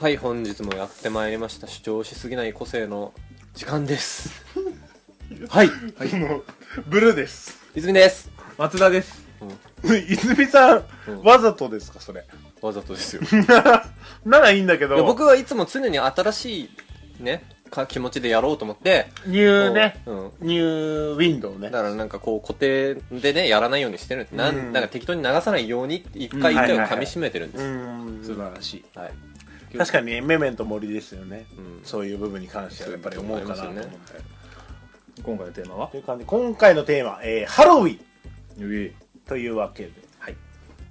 はい本日もやってまいりました主張しすぎない個性の時間です はいもうブルーです泉です松田です。泉さん、うんわざとですかそれ わざとですよならいいんだけいやど僕はいつも常に新しいねか気持ちでやろうと思ってニューねこううんニューウィンドウねだからなんかこう固定でねやらないようにしてるんですなうんんなんか適当に流さないようにって一回一回を噛み締めてるんでうすん素晴らしい。はい確かにねメメント森ですよね、うんそういう部分に関してはやっぱり思うかなと思って、そういうこ今回のテーマはという感じで今回のテーマ、えーハロウィンえというわけではい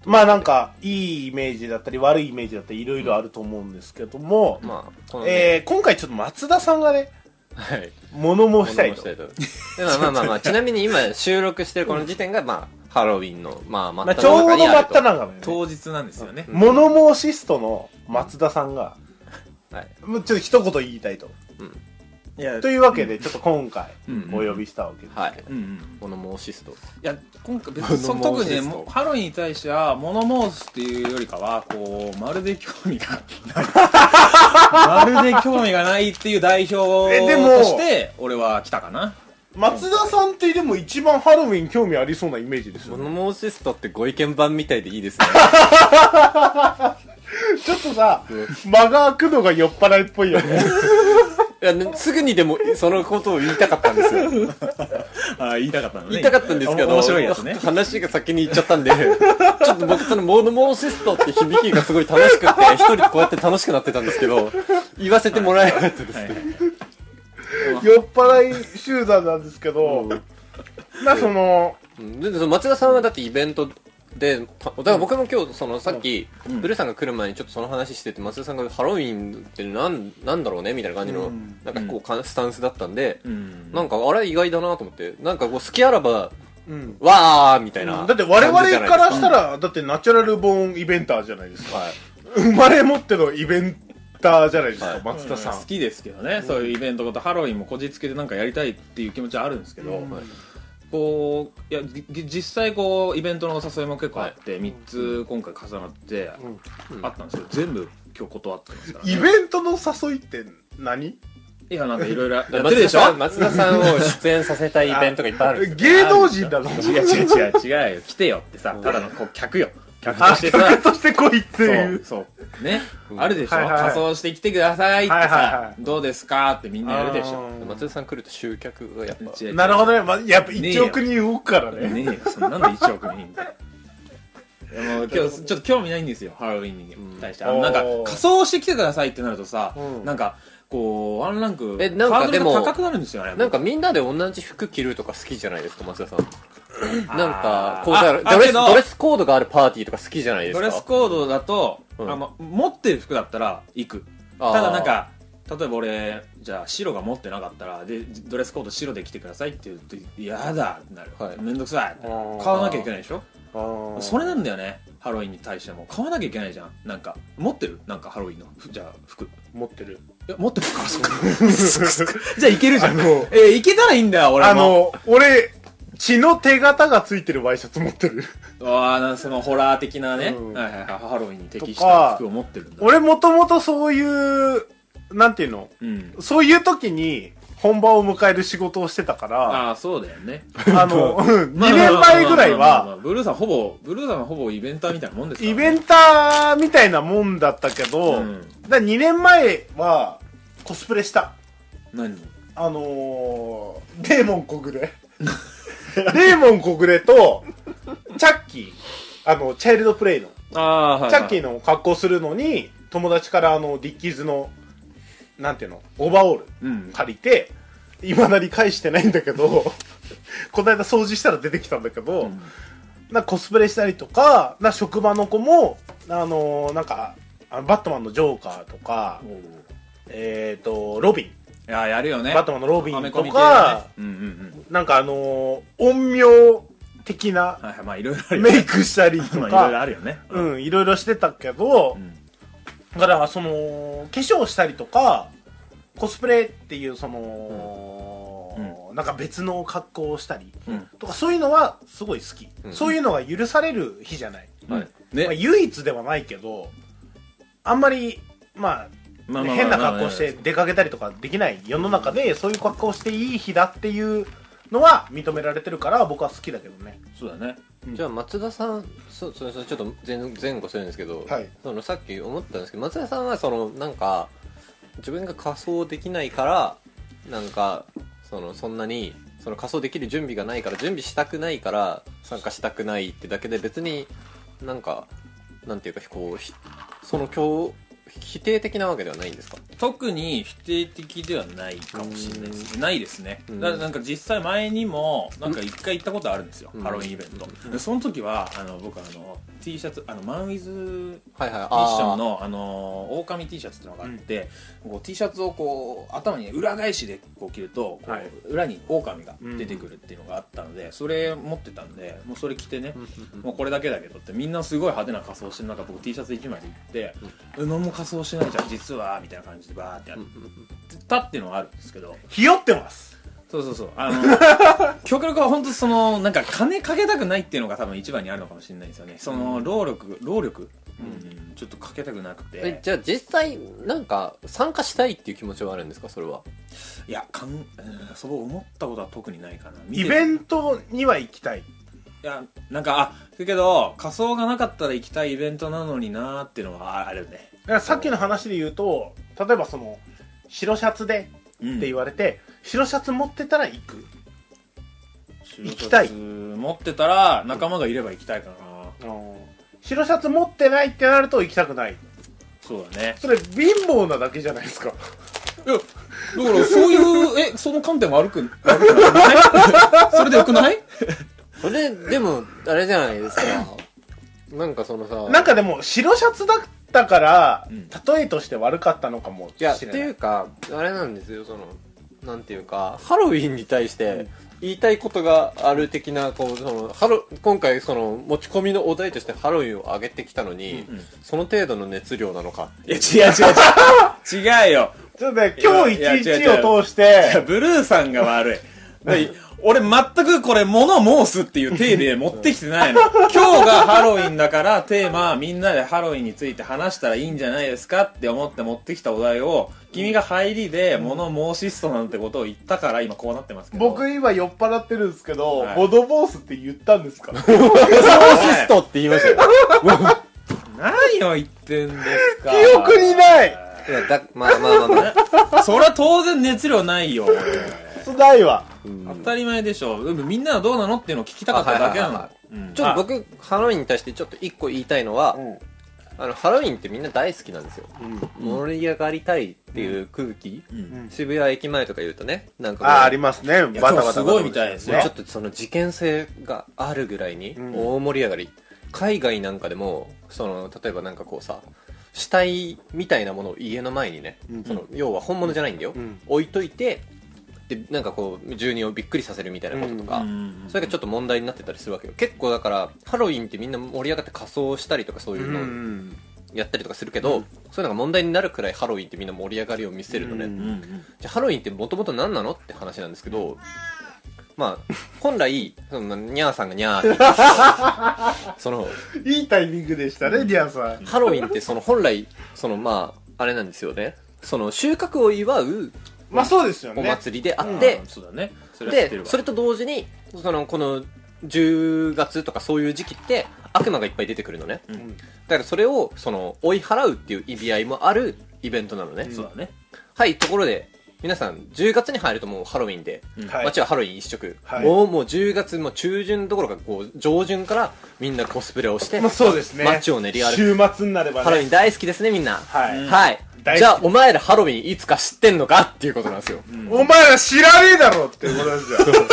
まあなんかいいイメージだったり悪いイメージだったりいろいろあると思うんですけども、まあこのねえー今回ちょっと松田さんがねはい物申したいと物申したいとでまあまあまあ まあちなみに今収録してるこの時点がまあハロウィンのまあ真まあ、っちょう只中どに真あっると只中だよね当日なんですよね。物申シストの松田さんが、はいもうちょっと一言言いたいと。いやというわけで、ちょっと今回うん、お呼びしたわけです。はうんいうん。物申シストいや、今回別にそ、物特申しにね、ですともハロウィンに対しては、物申すっていうよりかは、こう、まるで興味がない。 まるで興味がないっていう代表とえでもして、俺は来たかな。松田さんってでも一番ハロウィン興味ありそうなイメージですよね。物申シストってご意見版みたいでいいですねちょっとさ、間が空くのが酔っ払いっぽいよね。 いやねすぐにでもそのことを言いたかったんです よあ言いたかったのね。言いたかったんですけど、お面白いやつね。話が先に行っちゃったんで、ちょっと僕そのモードモーシストって響きがすごい楽しくて、 一人でこうやって楽しくなってたんですけど、言わせてもらえなかったです。はい酔っ払い集団なんですけど、まあその、うんでその松田さんはだってイベントで、ただから僕も今日、そのさっき、ブルーさんが来る前にちょっとその話してて、松田さんがハロウィンってなんなんだろうねみたいな感じの、なんかこうか、スタンスだったんで、うん。なんかあれ意外だなと思って、なんかこう好きあらば、うん。わーみたいな。だって我々感じじゃないですからしたら、だってナチュラルボーンイベンターじゃないですか。はい。生まれ持ってのイベンターじゃないですはかい、松田さん好。きですけどね、そういうイベントごとハロウィンもこじつけでなんかやりたいっていう気持ちはあるんですけど、はいこういやじ実際こうイベントのお誘いも結構あって、3つ今回重なって、うんあったんですけど全部今日断ってますから、ね、イベントの誘いって何いやなんかいろいろやってる松で田しょさん松田さんを出演させたいイベントがいっぱいあるんですよ芸能人だぞ。違う違う違う違うよ来てよってさただのこう客よ客としてさとして来いってそいうう。そうね、うんあるでしょ、はいはいはい仮装してきてくださいってさ、はいはいはいどうですかってみんなやるでしょ松田さん来ると集客がやっぱ違う違うなるほどね。まあ、やっぱ1億人動くからね。ねえよそんなんで1億人みたいな。いやもう今日ちょっと興味ないんですよハロウィンに対して、あのなんかおー仮装してきてくださいってなるとさ、うんなんかこうワンランクえなんかでもハードルが高くなるんですよねなんかみんなで同じ服着るとか好きじゃないですか松田さんなんかあーこうだからあドレスあけどドレスコードがあるパーティーとか好きじゃないですドかレスコードだと、うんあの持ってる服だったら行くあーただなんか例えば俺じゃあ白が持ってなかったらでドレスコード白で着てくださいって言うと嫌だってなる、はいめんどくさいってあー買わなきゃいけないでしょそれななんだよねハロウィンに対しても買わなきゃいけないじゃんなんか持ってるなんかハロウィンのふじゃあ服い持ってる。や持ってるからそう じゃあいけるじゃんあのえいけたらいいんだよ俺もあの、俺、血の手形がついてるワイシャツ持ってる。あーなそのホラー的なね、うんはいはいはい、ハロウィンに適しとかた服を持ってるんだ俺もともとそういう、なんていうのうんそういう時に本番を迎える仕事をしてたから、あああそうだよね の、2年前ぐらいまあまあまあまは、あブルーさんほぼブルーさんはほぼイベンターみたいなもんですからイね、ベンターみたいなもんだったけど、うんだ2年前はコスプレした。何あのー、デーモン小暮。デーモン小暮と、チャッキー、あの、チャイルドプレイの、ああはい、はい、チャッキーの格好するのに、友達からあの、ディッキーズの、なんていうの、オーバーオールうん借りて、いまだに返してないんだけど、この間掃除したら出てきたんだけど、んなんかコスプレしたりとか、な職場の子も、あのーなんか、あのバットマンのジョーカーとかお、うえっ、と、ロビン、いややるよねバットマンのロビはめン込とみ系か、ね、うんうんうんなんかあのー音量的なはいはい、まあいろいろあるよねメイクしたりとまあいろいろか、あるよね。うん、いろいろしてたけど、だんからその、化粧したりとか、コスプレっていうその、なんか別の格好をしたりうんとか、そういうのはすごい好き、うんそういうのが許される日じゃない。はい。まあ、ね。唯一ではないけど、あんまり、まあ、まあまあまあ変な格好して出かけたりとかできない世の中でそういう格好をしていい日だっていうのは認められてるから僕は好きだけどねそうだねじゃあ松田さんそうそれそれちょっと前前後するんですけど、はいそのさっき思ったんですけど松田さんはそのなんか自分が仮装できないからなんかそのそんなにその仮装できる準備がないから準備したくないから参加したくないってだけで別になんかなんていうかこうひその今日否定的なわけではないんですか特に否定的ではないかもしれないですねないですねうんだからなんか実際前にもなんか一回行ったことあるんですよ、うんハロウィンイベント、でその時はあの僕あの T シャツあのマンウィズはいはいミッションあのあの狼 T シャツっていうのがあって、こう T シャツをこう頭に裏返しでこう着るとこう、はい裏に狼が出てくるっていうのがあったので、それ持ってたんでもうそれ着てね、ーもうこれだけだけどってみんなすごい派手な仮装してる中僕 T シャツ1枚で行って「え何も仮装してないじゃん実は」みたいな感じでバーってやってたっていうのはあるんですけどひよってますそうそうそうあの 極力は本当そのなんか金かけたくないっていうのが多分一番にあるのかもしれないんですよねその労力労力、うん、ちょっとかけたくなくてえじゃあ実際なんか参加したいっていう気持ちはあるんですかそれはいやかん、うんそう思ったことは特にないかなイベンントには行きたいいやなんかあだけど仮装がなかったら行きたいイベントなのになーっていうのはあるね、だからさっきの話で言うと例えばその白シャツでうん、って言われて、白シャツ持ってたら行く行きたい持ってたら仲間がいれば行きたいかな、白シャツ持ってないってなると行きたくないそうだねそれ貧乏なだけじゃないですかいやだからそういう えその観点悪く悪くないそれでよくないそれでもあれじゃないですかなんかそのさなんかでも白シャツだったから、うん例えとして悪かったのかもしいれなやいっていうかあれなんですよそのなんていうかハロウィンに対して言いたいことがある的なこうそのハロ今回その持ち込みのお題としてハロウィンを上げてきたのに、うんうんその程度の熱量なのかいや違う違う違う違うよちょっとね今日いやいや一違う違日うを通してブルーさんが悪い。で俺全くこれ物申すっていう体で持ってきてないの。今日がハロウィンだからテーマみんなでハロウィンについて話したらいいんじゃないですかって思って持ってきたお題を君が入りで物申しストなんてことを言ったから今こうなってますけど。僕今酔っ払ってるんですけど、はいボドボースって言ったんですかオシストって言いましたよ何を言ってんですか。記憶にないいやだまあまあまあまあそりゃ当然熱量ないよ。そないわ当たり前でしょ。でもみんなはどうなのっていうのを聞きたかっただけなあはのい。うんちょっと僕ハロウィンに対してちょっと一個言いたいのは、んあのハロウィンってみんな大好きなんですよ、盛り上がりたいっていう空気、ん渋谷駅前とか言うとねなんかこうああありますねバタバタバタ今日すごいみたいですねちょっとその事件性があるぐらいにん大盛り上がり、海外なんかでもその例えばなんかこうさ死体みたいなものを家の前にね、その要は本物じゃないんだよ、ん置いといてでなんかこう住人をびっくりさせるみたいなこととか、うんそれがちょっと問題になってたりするわけよ結構だからハロウィンってみんな盛り上がって仮装したりとかそういううのんやったりとかするけど、そういうのが問題になるくらいハロウィンってみんな盛り上がりを見せるのね、うんうんうんじゃあハロウィンってもともと何なのって話なんですけど、まあ、本来、そのニャーさんがニャーって言 って、その、いいタイミングでしたねディアさんハロウィンってその本来、そのまあ、あれなんですよね。その収穫を祝うまあそうですよおね祭りであってうん、そうだねそれは知ってるで、わそれと同時に、その、この10月とかそういう時期って悪魔がいっぱい出てくるのね。うんだからそれを、その、追い払うっていう意味合いもあるイベントなのね。そうだねはい、ところで、皆さん、10月に入るともうハロウィンで、うんはい街はハロウィン一色、はいもうもう10月もう中旬どころかこう上旬からみんなコスプレをして、まあそうですね街を練り歩く週末になればハロウィねン大好きですねみんな、はいい大好きじゃあお前らハロウィンいつか知ってんのかっていうことなんですよ、お前ら知らねえだろってことですよ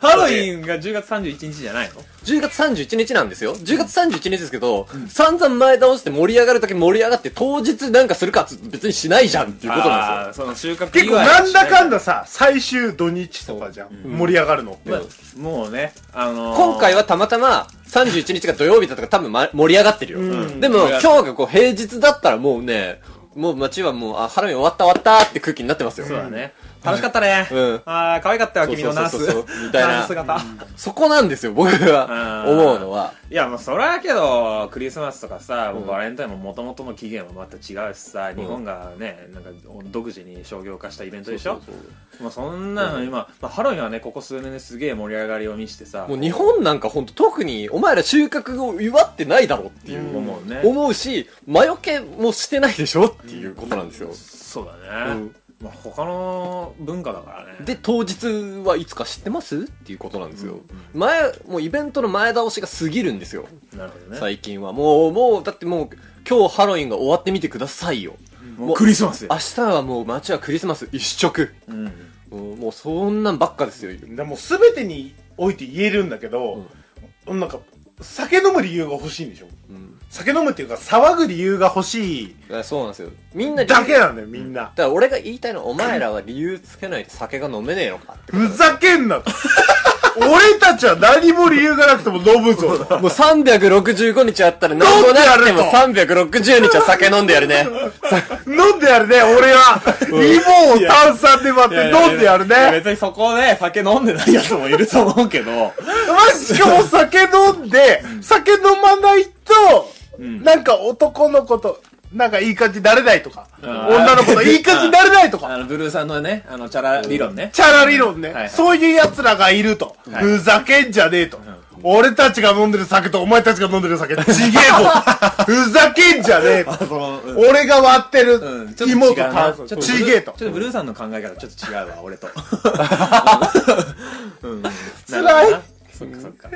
ハロウンィンが10月31日じゃないの10月31日なんですよ10月31日ですけど、散々前倒して盛り上がるだけ盛り上がって当日なんかするかっつうと別にしないじゃんっていうことなんですよですよその収穫結構祝いなんだかんださ最終土日とかじゃん盛り上がるのってまあもうねあのー今回はたまたま31日が土曜日だったから多分、ま、盛り上がってるよ、んでも盛今り上がってる日がこう平日だったらもうねもう街はもうあハロウィン終わった終わったって空気になってますよそうだね楽しかったね。うんああ、可愛かったよ、そう君そのうそナうース。そうみたいなナース姿。そこなんですよ僕がうん思うのはいや、まあ、それはけど、クリスマスとかさ、バレンタインももともとの期限はまた違うしさ、日本がね、なんか独自に商業化したイベントでしょそうそうそうまあ、そんなの今、まあ、ハロウィンはね、ここ数年ですげえ盛り上がりを見してさ、もう日本なんか本当特にお前ら収穫を祝ってないだろっていううん思うね思うし魔除けもしてないでしょっていうことなんですよ、そううだね。んまあ、他の文化だからね。で当日はいつか知ってますっていうことなんですよ、前もうイベントの前倒しが過ぎるんですよなるほどね。最近はもうもうだってもう今日ハロウィンが終わってみてくださいよもうクリスマスよ明日はもう街はクリスマス一色うん。もうもうそんなんばっかですよでも全てにおいて言えるんだけど、なんか酒飲む理由が欲しいんでしょうん酒飲むっていうか騒ぐ理由が欲しいだからそうなんですよみんな理由だけなんだよみんな、だから俺が言いたいのはお前らは理由つけないと酒が飲めねえのかってふざけんなと俺たちは何も理由がなくても飲むぞともう365日あったら何もなくても360日は酒飲んでやる ね。飲んでやるね俺はリボンを炭酸で割って飲んでやるねいや別にそこで酒飲んでないやつもいると思うけど、まずしかも酒飲んで、酒飲まないと、なんか男の子と、なんかいい感じになれないとか、ん女の子といい感じになれないとあか、の、ブルーさんのね、あの、チャラ理論ね。チャラ理論ね、はいはいそういう奴らがいると、はいふざけんじゃねえと。俺たちが飲んでる酒とお前たちが飲んでる酒 違えぞふざけんじゃねえ とその、うん俺が割ってるうん、ちょっと違う芋とな炭ち酸ょっとちげえとちょっとブルーさんの考え方ちょっと違うわ、俺と。うん。辛いなるほどなそっかそっか。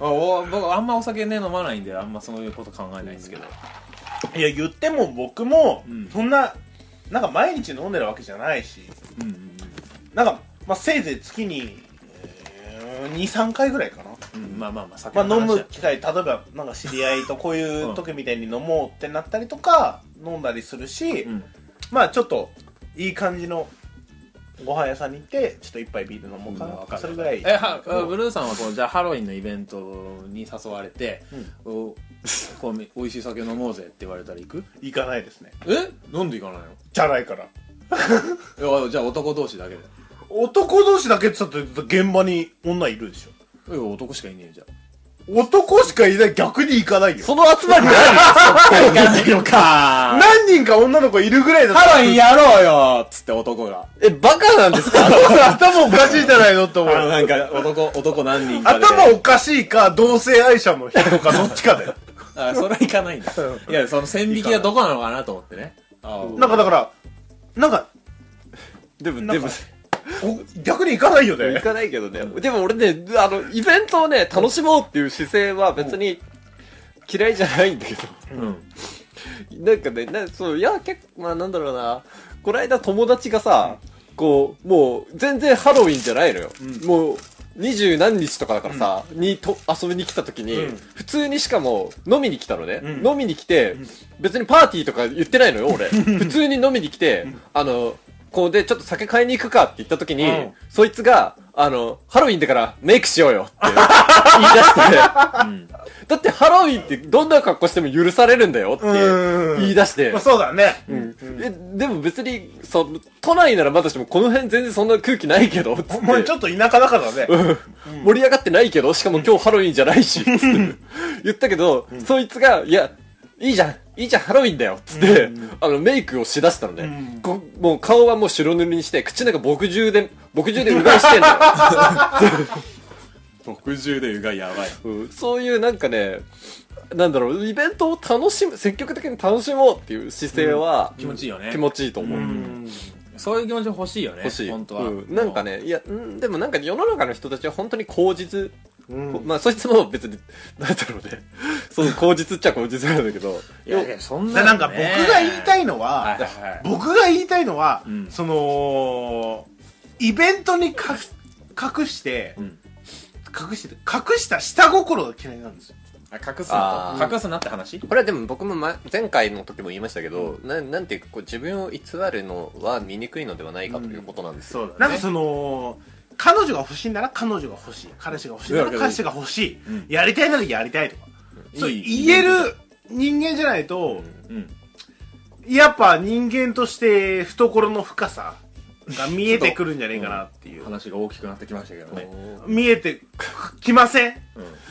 あお僕あんまお酒ね飲まないんであんまそういうこと考えないんですけどいや言っても僕もうんそんななんか毎日飲んでるわけじゃないし、うんうんなんか、まあ、せいぜい月に、えー、23回ぐらいかな、うん、うん、まあまあまあ酒の話まあ、飲だむ機会例えばなんか知り合いとこういうんう時みたいに飲もうってなったりとか飲んだりするし、うんまあちょっといい感じのご飯屋さんに行ってちょっと一杯ビール飲もうかなとかそれぐらい、えはあブルーさんはこうじゃあハロウィンのイベントに誘われて、おこうみ美味しい酒飲もうぜって言われたら行く行かないですねえなんで行かないじゃないからのいやじゃあ男同士だけで男同士だけって言ったら現場に女いるでしょえ男しかいねえじゃん男しかいない逆に行かないよその集まりない行かないのか何人か女の子いるぐらいだったらハロウィンやろうよっつって男がえ、バカなんですか頭おかしいじゃないのって思 あのう なんか男男何人かで頭おかしいか同性愛者の人かどっちかだ よあそれはいかないんだいやその線引きがどこなのかなと思ってねああなんかだからなんかでも、なでんかも、お逆に行かないよ行ねかないけどね。でも俺ね、あの、イベントをね、楽しもうっていう姿勢は別に嫌いじゃないんだけど。うんなんかね、なそういや、結構、まあなんだろうな、こないだ友達がさ、こう、もう、全然ハロウィンじゃないのよ。もう、二十何日とかだからさ、にと遊びに来た時に、うん普通にしかも飲みに来たのね。ん飲みに来て、別にパーティーとか言ってないのよ、俺。普通に飲みに来て、あの、こうで、ちょっと酒買いに行くかって言った時に、うんそいつが、あの、ハロウィンだからメイクしようよって 言い出して、うんだってハロウィンってどんな格好しても許されるんだよってうん言い出してまあ、そうだねうんえでも別にそ都内ならまだしもこの辺全然そんな空気ないけどつってお前ちょっと田舎だからね盛り上がってないけどしかも今日ハロウィンじゃないしつって言ったけど、そいつが「いやいいじゃんいいじゃんハロウィンだよ」っつって、あのメイクをしだしたのね、こもう顔はもう白塗りにして口なんか墨汁で墨汁でうがいしてんのよ墨汁でうがやばいうんそういうなんかね、なんだろう、イベントを楽しむ、積極的に楽しもうっていう姿勢は、気持ちいいよね気持ちいいと思う。そういう気持ち欲しいよね欲しい。本当は、うんなんかね、いや、うんでもなんか世の中の人たちは本当に口実、うんまあそいつも別に、 なんだろうね、そう、口実っちゃ口実なんだけど、いやいやそんでななんか僕が言いたいいのはいははいはい僕が言いたいのは、うんそのイベントにか隠して、うん隠して隠した下心が嫌いなんですよあ隠すあなーと隠すなって話これはでも僕も前前回の時も言いましたけど、ななんていうかこう自分を偽るのは醜いのではないかということなんですよ。そうなんかその彼女が欲しいなら彼女が欲しい彼氏が欲しいなら彼氏が欲しい、うんやりたいならやりたいとか、いいそう言える人間じゃないと、うんやっぱ人間として懐の深さが見えてくるんじゃねえかなっていう、話が大きくなってきましたけどね、見えてきません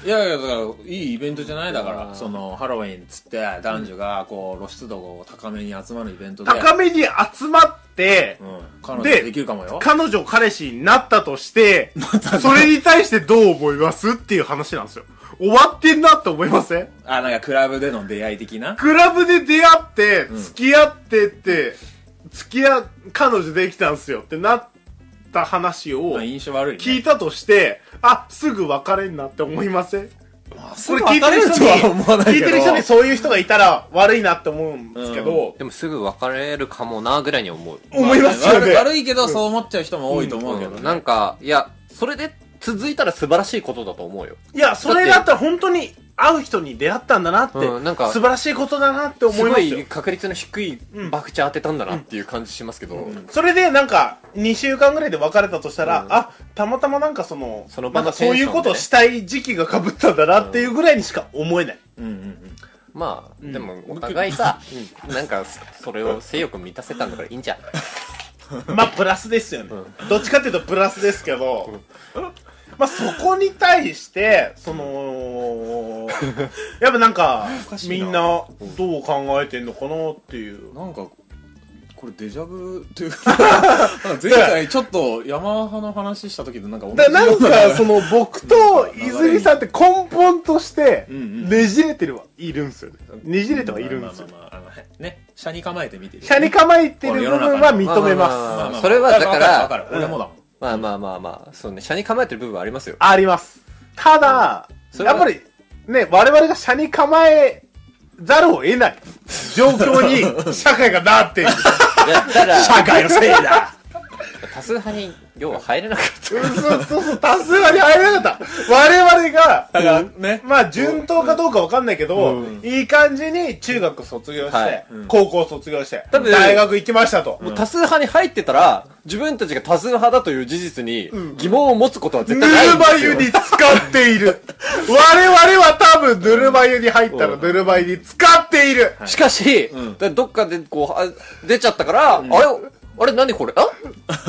いやいやだからいいイベントじゃないだうからんそのハロウィンっつって男女がこう露出度を高めに集まるイベントで、高めに集まって、うん、彼女でできるかもよ彼女彼氏になったとして、それに対してどう思いますっていう話なんですよ。終わってんなって思いませんあなんかクラブでの出会い的なクラブで出会って、ん付き合ってって、付き合う、彼女できたんすよってなった話をまあ印象悪い、ね、聞いたとして、あ、すぐ別れんなって思いませんまあすこぐれ聞いてる人別にれるとは思わない聞けいどてる人にそういう人がいたら悪いなって思うんですけど、でもすぐ別れるかもなぐらいに思う思いますよね。悪悪いけどそう思っちゃう人も多いと思うけど、ねうんなんかいやそれで続いたら素晴らしいことだと思うよいや、それだったら本当に会う人に出会ったんだなって、うんなんか素晴らしいことだなって思すいまごすいよ。確率の低いバクチャー当てたんだなっていう感じしますけど、それでなんか、2週間ぐらいで別れたとしたら、うんあ、たまたまなんかその、そのな場んのかそういうことをしたい時期が被ったんだなっていうぐらいにしか思えない。うんうんうんまあ、でもお互いさ、なんかそそれを性欲満たせたんだからいいんじゃんまあ、プラスですよね。どっちかっていうとプラスですけど、まあ、そこに対して、その、やっぱなんかか、しいみなんなどう考えてんのかなっていう。なんかこれデジャブという かなんか前回ちょっとヤマハの話した時となんか同じだからなんようか、その、僕と泉さんって根本として、うんうんねじれてるはいるんですよね。ねじれてはいるんですよ。まあまあまあまああのね車に構えて見てる車に構えてる部分は認めまあまあまあままあそれはだからわかるわかる俺もだもんまあまあまあまあそうね車に構えてる部分はありますよす。あります。ただ、それやはっぱり、ね、我々が車に構えざるを得ない状況 に社会がなっている。いやだから 社会のせい だ多数派に要は入れなかったうんそうそうそう、多数派に入れなかった。我々が、だからねまあ順当かどうかわかんないけど、うんいい感じに中学卒業して、はいん高校卒業して、だって大学行きましたと。もう多数派に入ってたら自分たちが多数派だという事実に疑問を持つことはぬ絶る対ないんでますよ湯に浸かっている。我々は多分ぬるま湯に入ったらうんぬるま湯に浸かっている。しかし、んだどっかでこうあ出ちゃったから、あれあれ何これあ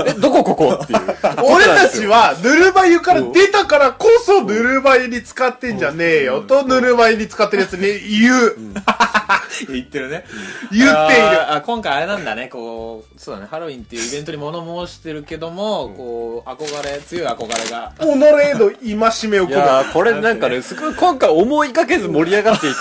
えどこここっていう 俺たちはぬるま湯から出たからこそぬるま湯に浸かってんじゃねえよとぬるま湯に浸かってるやつに言う。言ってるね言っているあーあ今回あれなんだねこうそうだねハロウィンっていうイベントに物申してるけどもこう憧れ強い憧れが己への戒めをい込やむ。ーこれなんかねすごい今回思いがけず盛り上がって いて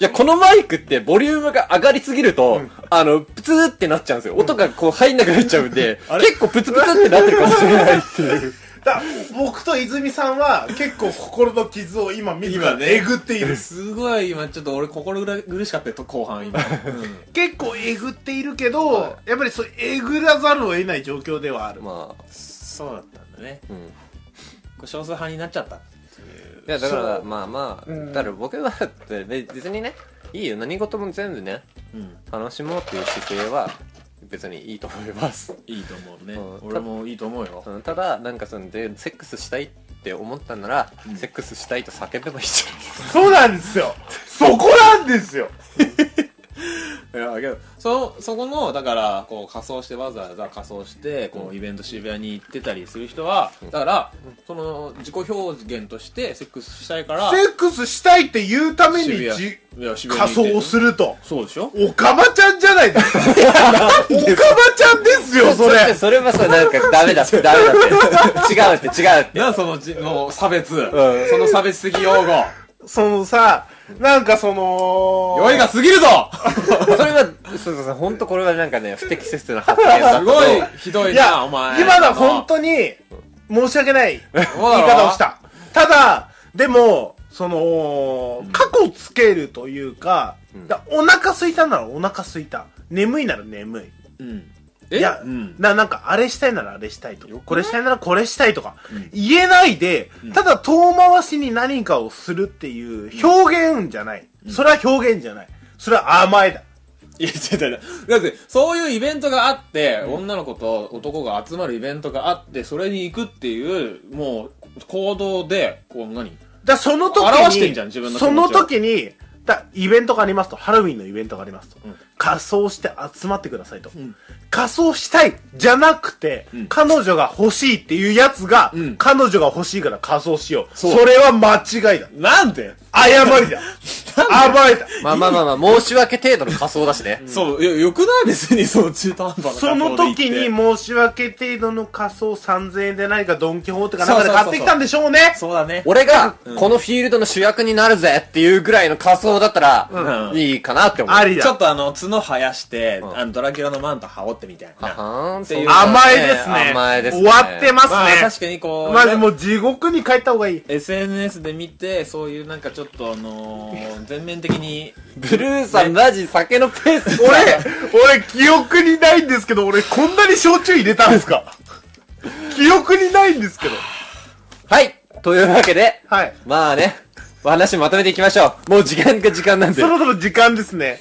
いやこのマイクってボリュームが上がりすぎると、あのプツーってなっちゃうんですよ音がこう入んなくなっちゃうん で結構プツプツってなってるかもしれ ないっていうだ僕と泉さんは結構心の傷を今自らえぐっている。 すごい今ちょっと俺心苦しかったよ後半今、うん結構えぐっているけど、やっぱりそうえぐらざるを得ない状況ではある、まあそうだったんだね、んこう少数派になっちゃったいやだかそらうまあまあ、だから僕はだって別にねいいよ何事も全部ねうん楽しもうっていう姿勢は別にいいと思いますいいと思うね、うん俺もいいと思うよ、うんただなんかそのでセックスしたいって思ったんなら、セックスしたいと叫べばいいじそうなんですよそこなんですよいやけどそそこのだからこう仮装してわざわざ仮装してこうイベント渋谷に行ってたりする人はだからその自己表現としてセックスしたいからセックスしたいって言うために渋谷じいや渋谷仮に装行ってをするとそうでしょおかまちゃんじゃない ですかおかまちゃんですゃよん そだってれそれはさなんかダメだってダメだって違うって違うってなそのじの差別、その差別的用語そのさなんかその酔いが過ぎるぞそれはそうそうそう本当これはなんかね不適切な発言だすとごいひどいいなやお前今のは本当に申し訳ない言いそうだろ方をしたただでもその過去をつけるというか、だお腹空いたならお腹空いた眠いなら眠いうんえいや、うんななんかあれしたいならあれしたいとかよくないこれしたいならこれしたいとか、言えないで、ただ遠回しに何かをするっていう表現じゃない、それは表現じゃないそれは甘えだいや、違う違う違う。だって、そういうイベントがあって、女の子と男が集まるイベントがあって、それに行くっていう、もう、行動で、こう何、だその時に表してんじゃん自分の気持そちをの時にだイベントがありますとハロウィンのイベントがありますと、仮装して集まってくださいと、仮装したいじゃなくて、彼女が欲しいっていうやつが、ん彼女が欲しいから仮装しようそそうれは間違いだ なんで誤りだ暴れたまあまあまあまあ、申し訳程度の仮装だしね。そう、よよくない別にその中途半端なその時にも申し訳程度の仮装3000円で何かドン・キホーテかなんかでそうそ買うそうそうってきたんでしょうねそうだね。俺が、このフィールドの主役になるぜっていうぐらいの仮装だったら、うんいいかなって思う。ありだちょっとあの、角生やして、あの、ドラキュラのマント羽織ってみたいな。はーん、ていう甘えですね甘えですね終わってますね、まあ、確かにこう、まあ、もう地獄に帰った方がいい。 SNS で見て、そういうなんかちょっとあの ー、全面的に、ブルーさん、マジ酒のペース。俺、俺、記憶にないんですけど、俺、こんなに焼酎入れたんです か記憶にないんですけど。はいというわけで、はい。まあね、話まとめていきましょう。もう時間が時間なんでそ。ろそろ時間ですね。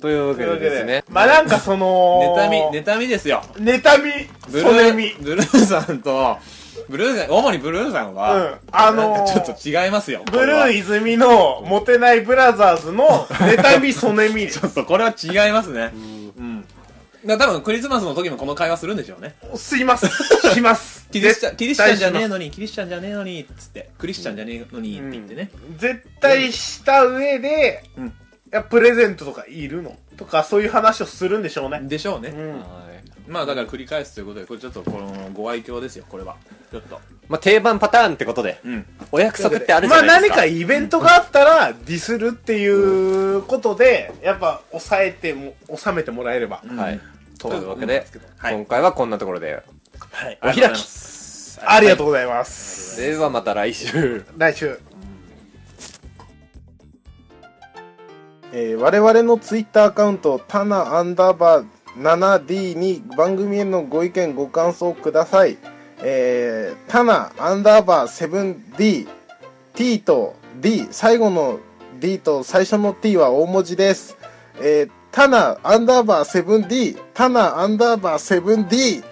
というわけでですね。まあ、なんかその、妬み、妬みですよ。み、妬み、ブルそねみー、。ブルーさんと、ブルーさん、主にブルーさんうはん、あのーなん かちょっと違いますよ。ブルこれは ー泉の、モテないブラザーズの、妬み、そねみですちょっとこれは違いますね。うん。だから多分クリスマスの時もこの会話するんでしょうね。すいます。します。キリスチャン、キリスチャンじゃねえの。のに、キリスチャンじゃねえのに、つって。クリスチャンじゃねえのに、って言ってね。絶対した上で、うんいやプレゼントとかいるのとか、そういう話をするんでしょうね。でしょうね。うんはいまあだから繰り返すということで、これちょっとこのご愛嬌ですよ、これは。ちょっと。まあ定番パターンってことで、うん。お約束ってあるじまゃあないで何すか。かイベントがあったらディスるっていうことで、やっぱ抑えても、収めてもらえれば。はい。というわけで、はい今回はこんなところで。はい。お開きありがとうございますありがとうございます。ではまた来週。来週。えー我々のツイッターアカウント、タナアンダーバー 7D に番組へのご意見、ご感想ください。えー、タナアンダーバー 7D、T と D、最後の D と最初の T は大文字です。えー、タナアンダーバー 7D、タナアンダーバー 7D、